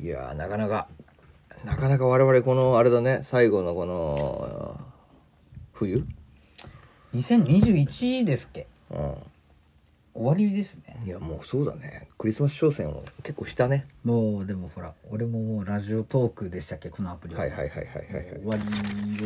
いやーなかなかなかなか我々このあれだね最後のこの冬、 2021ですっけう終わりですねん、いやもうそうだねクリスマス商戦を結構したねもうでもほら俺ももうラジオトークでしたっけこのアプリはいはいはいはいはい終わり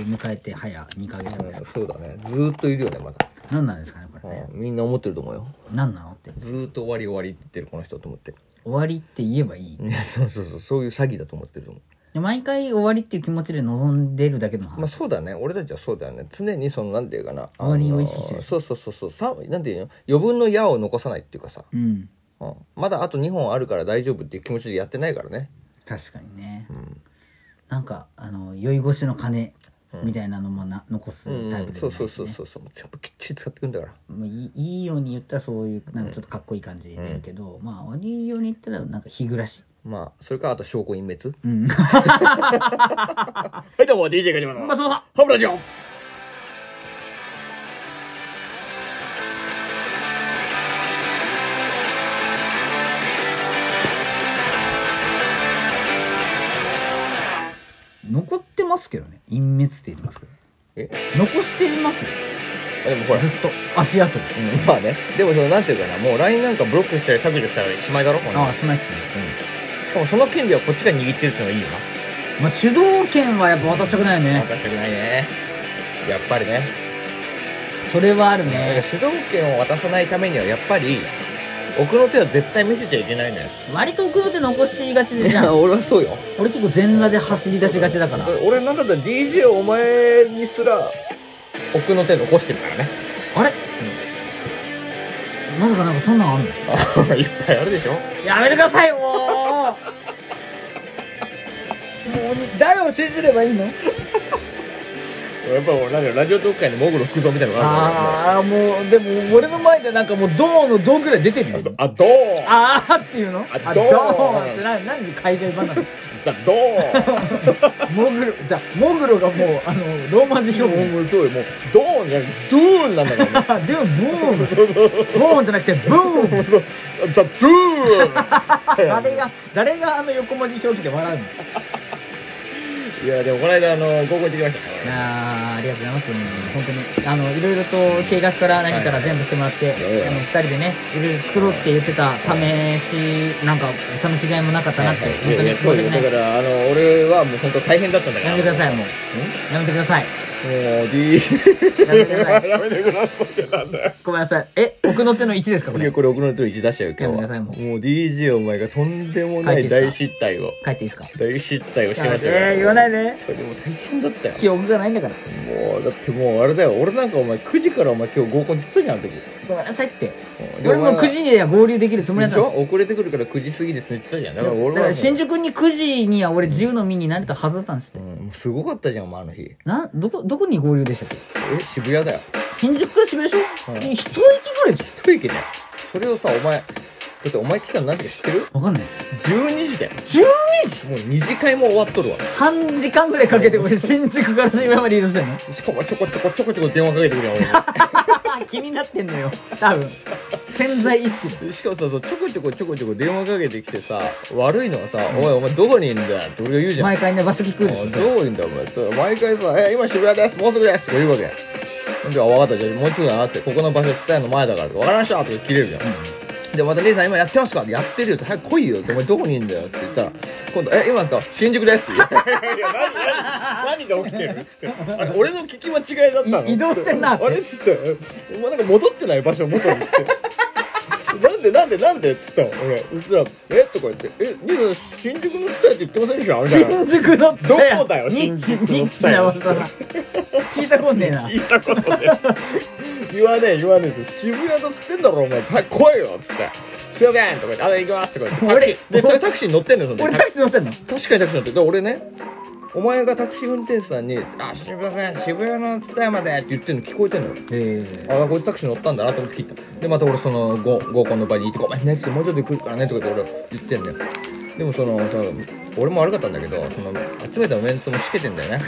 を迎えて早2ヶ月はでい、すうん、そうだねずーっといるよねまだ、何なんですかねこれねうん、みんな思ってると思うよ何なのってずーっと終わり終わりって言ってるこの人と思って終わりって言えばいいいやそうそうそうそういう詐欺だと思ってると思で毎回終わりっていう気持ちで臨んでるだけのうまあ話そうだね俺たちはそうだよね常にそのなんていうかな終わりをあの意識してるそうそうそうそうさなんていうの余分の矢を残さないっていうかさ、うんうん、まだあと2本あるから大丈夫っていう気持ちでやってないからね確かにねうんなんかあの酔い越しの金うんみたいなのもな、残すタイプでそもうないし、ねそうそうそうそう全部きっちり使ってくんだからもういいいいように言ったらそういうなんかちょっとかっこいい感じ出るけど、まあ悪いように言ったらなんか日暮らし、まあそれからあと証拠隠滅うん、 まはいどうも DJ ガジマのあそうだハブラジオ残ってますけどね隠滅って言ってますけどえ残してますよでもほらずっと足跡うんまあねでもそのなんていうかなもう LINE なんかブロックしたり削除したりしまいだろもうねああしないっすね、しかもその権利はこっちが握ってるってのがいいよまあ、主導権はやっぱ渡したくないなね渡したくないねやっぱりねそれはあるだからね主導権を渡さないためにはやっぱり奥の手は絶対見せちゃいけないのよ割と奥の手残しがちでじゃん俺はそうよ俺結構全裸で走り出しがちだから俺なんだったら DJ お前にすら奥の手残してるからねあれ、まさかなんかそんなのあるのいっぱいあるでしょやめてくださいもうもう誰を信じればいいのやっぱ俺なんかラジオ特会のモグロ福蔵みたいなのがあああもうでも俺の前でなんかもうドーのドーぐらい出てるるよからねあどうあーっていうのああドーーってな何海外版なのザどうモグロじゃあモグロがもうあのローマ 字表現もうそうよもうドーンじゃなくてドーンなんだからねでもブーンボーンじゃなくてブーンそう ザドゥーン 誰が誰があの横文字表記で笑うのいやでもこの間あの高校行ってきましたからねあーありがとうございます、本当にあのいろいろと計画から何から全部してもらって、いはいはいあの2人でねいろいろ作ろうって言ってた試しなんか試しがいもなかったなって、い本当やいにや申しそう訳よないだかですらあの俺はもう本当大変だったんだからやめてくださいもうやめてくださいもう D やめてくだ さいやめてください ってなんだよごめんなさいえ奥の手の1ですかこいやれこれ奥の手の1出しちゃう今やめ日てはくださいももうう DJ お前がとんでもない大失態を帰っていいですか大失態をしてましたからえー言わないでそれもう大変だったよ記憶がないんだからもうだってもうあれだよ俺なんかお前9時からお前今日合コンって言ってたじゃんあの時ごめんなさいってで俺もお前は9時には合流できるつもりだっでたしんですょ遅れてくるから9時過ぎですねって言ってたじゃんだからだ俺かはもらう新宿に9時には俺自由の身になれたはずだったんですってうん、もうすごかったじゃんお前あの日えなんどこどこに合流でしたっけ渋谷だよ新宿から渋谷でしょ、はい一駅ぐらいじゃん一駅だよそれをさお前だってお前来たの何時か知ってるわかんないです12時だよ12時もう2次会も終わっとるわ ?3 時間ぐらいかけ て俺新宿から渋谷まで移動したのしかもちょこちょこちょこちょこ電話かけてくるよ俺気になってんのよ多分潜在意識でしかもさそうちょこちょこちょこちょこ電話かけてきてさ悪いのはさ「おいお前どこにいんだよ」って俺が言うじゃん毎回ね場所聞くでしおいょどこにいんだよお前そう毎回さ「え今渋谷ですもうすぐです」とか言うわけほんで「あ分かったじゃあもうすぐ合わせてここの場所伝えの前だから」分かりました」とか切れるじゃん、でまた「姉さん今やってますか?」ってやってるよ」って「早く来いよ」って「お前どこにいんだよ」って言ったら今度「え今ですか新宿です」って言ういや何何何が起きてるっつってあれ俺の聞き間違いだったのい移動してんなあれっつってお前なんか戻ってない場所元にっつってなんでなんでなんでっつったの俺うちら「えとか言って「え兄さん新宿の伝えって言ってませんでした?」みたいな新宿のどこだよニッチ新宿のニッチなやつだな聞いたことねえな言ったことです言わねえ言わねえって渋谷だっつってんだろお前早く来いよっつって「すいません」とか言って「あれ行きます」とか言ってタクシーで 俺それタクシーに乗ってんのよその俺時タクシー乗ってんの確かにタクシー乗ってで俺ねお前がタクシー運転手さんに「あ渋谷さん渋谷の蔦屋まで」って言ってるの聞こえてんのよえあこいつタクシー乗ったんだなと思って聞いたでまた俺その合合コンの場に行って「ごめんね」っつって「もうちょっと来るからね」とかって俺言ってんだよでもそのさ俺も悪かったんだけどその集めたメンツもしけてんだ よね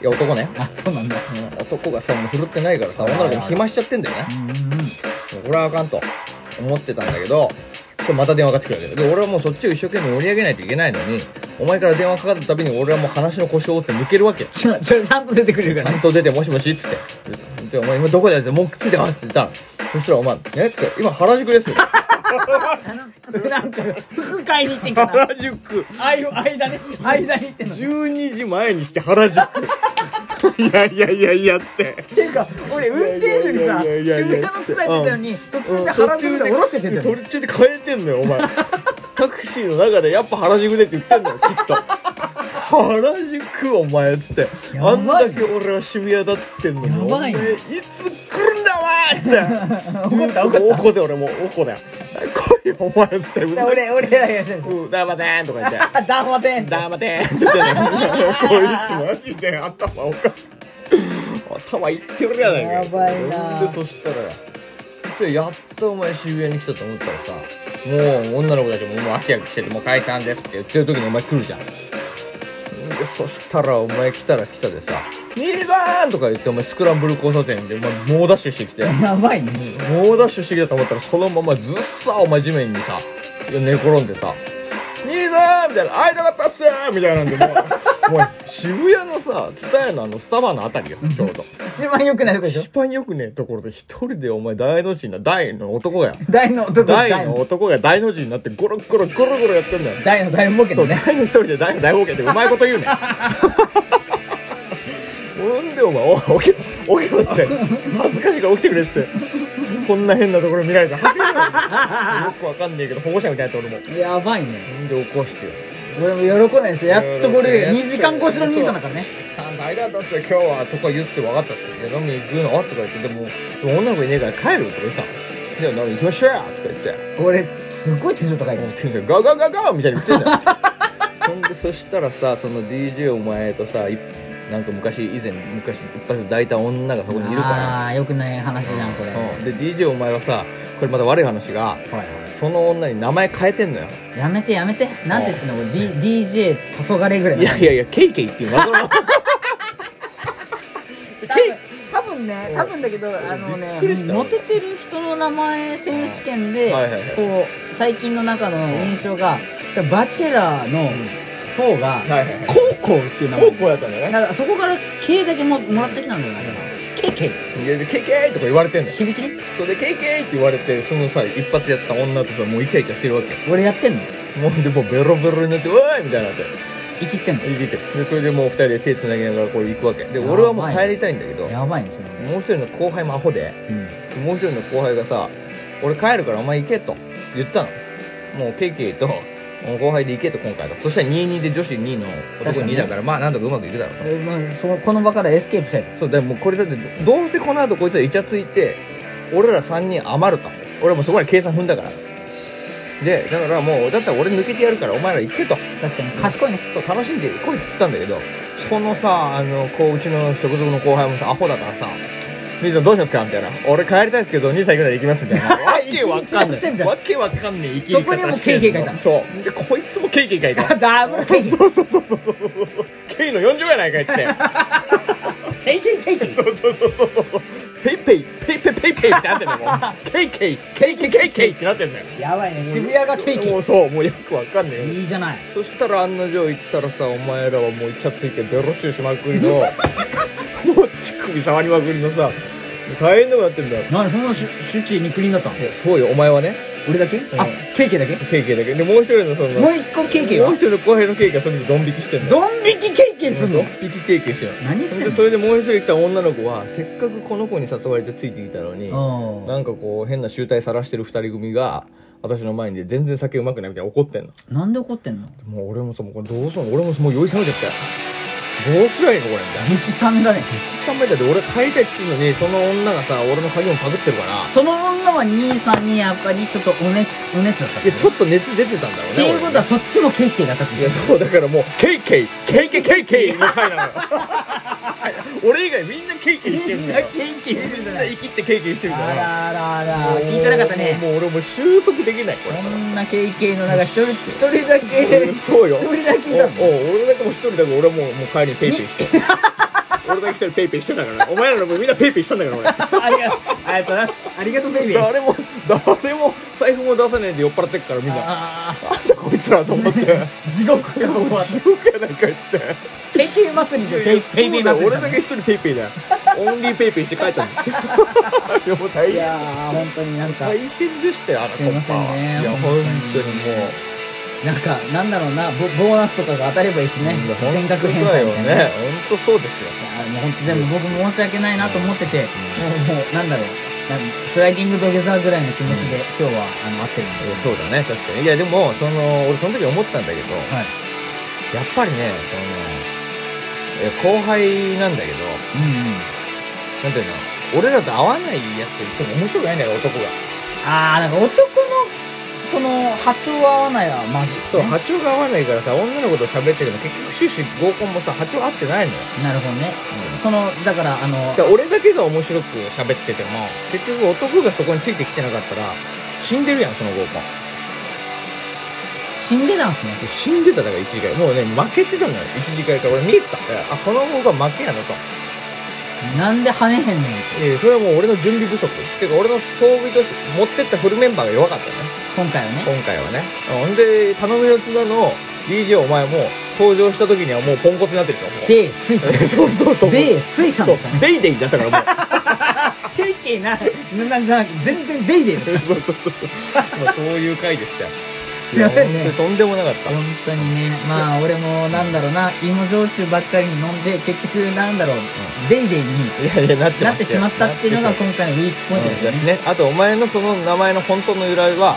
いや男ねあそうなんだ男がさもう振るってないからさ女の子に暇しちゃってんだよねうんうんうんもうこれはあかんと思ってたんだけどそうまた電話かかってくるわけどで俺はもうそっちを一生懸命盛り上げないといけないのにお前から電話かかったたびに俺はもう話の腰を折って抜けるわけよちょちょちゃんと出てくれるちかゃらんと出て、もしもしっつって。で、お前今どこだよって、もうついてますって言ったら。そしたらお前、えっつって、今原宿ですよ。なんか服買いに行ってんか ら原宿。間ね間に行ってんのっ12時前にして原宿。 いやいやいやいや、つって。ていうか俺運転手にさいやい渋やいや谷いやの伝えてたのに途中で原宿で降ろせてた途よ中で変えてんのよ、お 前。タクシーの中でやっぱ原宿でって言ってんのよ、きっと。原宿お前っつってやばあいんねだけ俺は渋谷だっつってんのにやばいねお前いつ来るんだお前っつって怒った怒おっこで俺もうおこだよ。来いよお前っつって。うざたい俺俺らやるうん、ダーマテーンとか言って。あダーマテンダーマテーンって言ってね。こいつマジで頭おかしい。頭いってるやないかよ。やばいなで、そしたら、でやっとお前渋谷に来たと思ったらさ、もう女の子たちももう飽き飽きしてて、もう解散ですって言ってる時にお前来るじゃん。で、そしたらお前来たら来たでさ、兄さんとか言ってお前スクランブル交差点でお前猛ダッシュしてきて。やばいね猛ダッシュしてきたと思ったら、そのままずっさ、お前地面にさ、寝転んでさ、兄さんみたいな、会いたかったっすーみたいなんで、もう、 もう渋谷のさ、ツタヤのあのスタバのあたりよ、ちょうど。一番良くないとこでしょ一番よくねえところで、一人でお前大の字にな、大の男がや。大の男大の男が大の字になってゴロゴロゴロゴロやってんだよ。大の大儲けそのう、ね大の一人で大の大冒険ってうまいこと 言うね。ほんでお前、おい起きろ、起きろっつって。恥ずかしいから起きてくれっつって。こんな変なところ見られて恥ずかしいな。よくわかんねえけど、保護者みたいなと俺も。やばいねほんで起こしてよ。俺も喜んでるんですよやっとこれやっと2時間越しの兄さんだからねさん大だったっすよ、今日は。とか言って分かったっすよ。いや飲み行くのとか言って、でも、でも女の子いねえから帰るとか言ってさ。で、飲み行きましょうよとか言って。俺すごい手順高いかもうらテンション ガガガガみたいに言ってんだよ ほんでそしたらさその DJ お前とさいなんか昔以前昔一発抱いた女がそこにいるかああーよくない話じゃんこれら、はうん、で DJ お前はさこれまた悪い話がいはその女に名前変えてんのよいやめてやめてなんて言ってんのこれ D- DJ 黄昏ぐらいいやいやいやケイケイって いう謎のケ多分多分ね多分だけどあのびねっくりしたモテてる人の名前選手権イで、はいはいはいこう最近の中の印象がだからバチェラーの方がはいはいはいコウコウっていう名こう前こうやったんだよねだからそこから「K」だけももらってきたんだよねケイケイいやでケイケイとか言われてんだよ響きねそれでケイケイって言われてそのさ一発やった女とさもうイチャイチャしてるわけ俺やってんのもうでもうベロベロになって「おい!」みたいになって生きってんの入れてでそれでもう二人で手つなぎながらこう行くわけでやばい俺はもう帰りたいんだけどもやばいんですよねう一人の後輩もアホでもう一人の後輩がさ「俺帰るからお前行け」と言ったのもうケイケイと後輩で行けと今回はそしたら22で女子2の男2だからまあなんとかうまくいくだろうえまあそのこの場からエスケープしたいそうでもうこれだってどうせこの後こいつらイチャついて俺ら3人余ると俺はもうそこまで計算踏んだからでだからもうだったら俺抜けてやるからお前ら行けと確かに賢 いねそう楽しんで来いっつったんだけどそのさあのこううちの直属の後輩もさアホだからさ「兄さんどうしますか?」みたいな「俺帰りたいですけど兄さん行くなら行きます」みたいな わけわかん生き生きしてねんじえゃん わけわかんねえ生きそこにもケイケイがいたそうでこいつもケイケイがい た ダブルケイケイそうそうそうそうそうケイの40やないかいっつってケイケイケイケイそうそうそうそうそうペイペイペイペイペイペイってなってんだよも うケイケイケイケイケイケイってなってんだよやばいね渋谷がケイケもうそうもうよくわかんねえよイいいじゃないそしたら案の定行ったらさお前らはもうイチャついてベロチューしまくりのもう乳首触りまくりのさ大変なことなってんだよなんでそんな集中にクリーンだったのいやそうよお前はね俺だけんあケイケイだけケイケイだけでもう一人のそのもう一個ケイケイもうは一人の後輩のケイケイはその時ドン引きしてんだよドン引きケイケイすんドのン引きケイケイしてんの何そしれてでんそれでもう一人来た女の子はせっかくこの子に誘われてついてきたのにのなんかこう変な集体さらしてる二人組が私の前に全然酒うまくないみたいな怒ってんのうんなんで怒ってんのもう俺もさもうこれどうすんの俺ももう酔い覚めちゃったよどうすりゃいいのこれみたいな激惨だね3メーターで俺帰りたいっつってんのにその女がさ俺の鍵もパクってるからその女は兄さんにやっぱりちょっとお熱お熱だったいやちょっっと熱出てたんだろうねていうことはそっちもケイケイだったって俺こねいやそうだからもうケイケイケイケイケイケイの回なのよ俺以外みんなケイケとイしてるんだよケイケイいるじみゃんなない生きってケイケイしてるからあらあらあもらう聞いてなかったねもうもう俺もう収束できないこれこんなケイケイの中一人一人だけうんそうよ一人だけいおたお俺だけもう一人だけど俺はもうもう帰りにペイペイして俺俺だけ一人ペイペイしてたからお前らの分みんなペイペイしたんだから俺 ありがとうありがとうございますありがとうベイビー誰も誰も財布も出さねえで酔っ払ってっからみんなああんたこいつらと思ってー地獄が終わっ地 獄やないかいっつってたペイペイ祭りでペイペイそペイうだよ祭り俺だけ一人ペイペイだよオンリーペイペイして帰ったの でも大い変やー本当になんか大変でしたよあのコッパはすいませんねいや本本当当ににもうなんかなんだろうなボボーナスとかが当たればいいしねうん全額返本当だ済よみたいなね本当そうですよいやーもう本当でも僕申し訳ないなと思っててもうもうなんだろうなんスライディング土下座ぐらいの気持ちで今日はあの合ってるんいでやそうだね確かにいやでもその俺その時思ったんだけどはいやっぱりねそのいや後輩なんだけどうんうんなんていうの俺らと合わないやつと言っても面白くないんだよ男がああなんか男のその発音合わないはまずいですそうね波長が合わないからさ女の子と喋ってるの結局終始合コンもさ波長合ってないのよなるほどねうそのだからあのだから俺だけが面白く喋ってても結局男がそこについてきてなかったら死んでるやんその合コン死んでたんすね死んでただから一時会もうね負けてたのよ一時会から俺見えてたあこの合コンは負けやなとなんで跳ねへんねんってえーそれはもう俺の準備不足っていうか俺の装備として持ってったフルメンバーが弱かったね今回はね今回はねほんで頼みの綱の DJ お前も登場した時にはもうポンコツになってると思うで水産そうそうそうで水産そでうしたねデイデイだったからもうケイケイなななな全然デイデイだっそうそうそうまあそういう回でしたよすいませんねいや本当にとんでもなかったた本当にねまあ俺もなんだろうな芋焼酎ばっかりに飲んで結局なんだろうデイデイにいやいやなってなまっすてよしまったっていうのが今回のウィークポイントですうよんだしねねあとお前のその名前の本当の由来は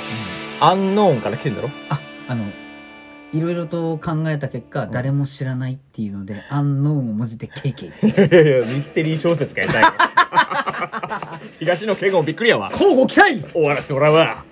アンノーンから来てんだろああのいろいろと考えた結果誰も知らないっていうのでアンノーンを文字で KK いやいやいやミステリー小 説かやりたい東野圭吾もびっくりやわ交互期待終わらせてもらうわ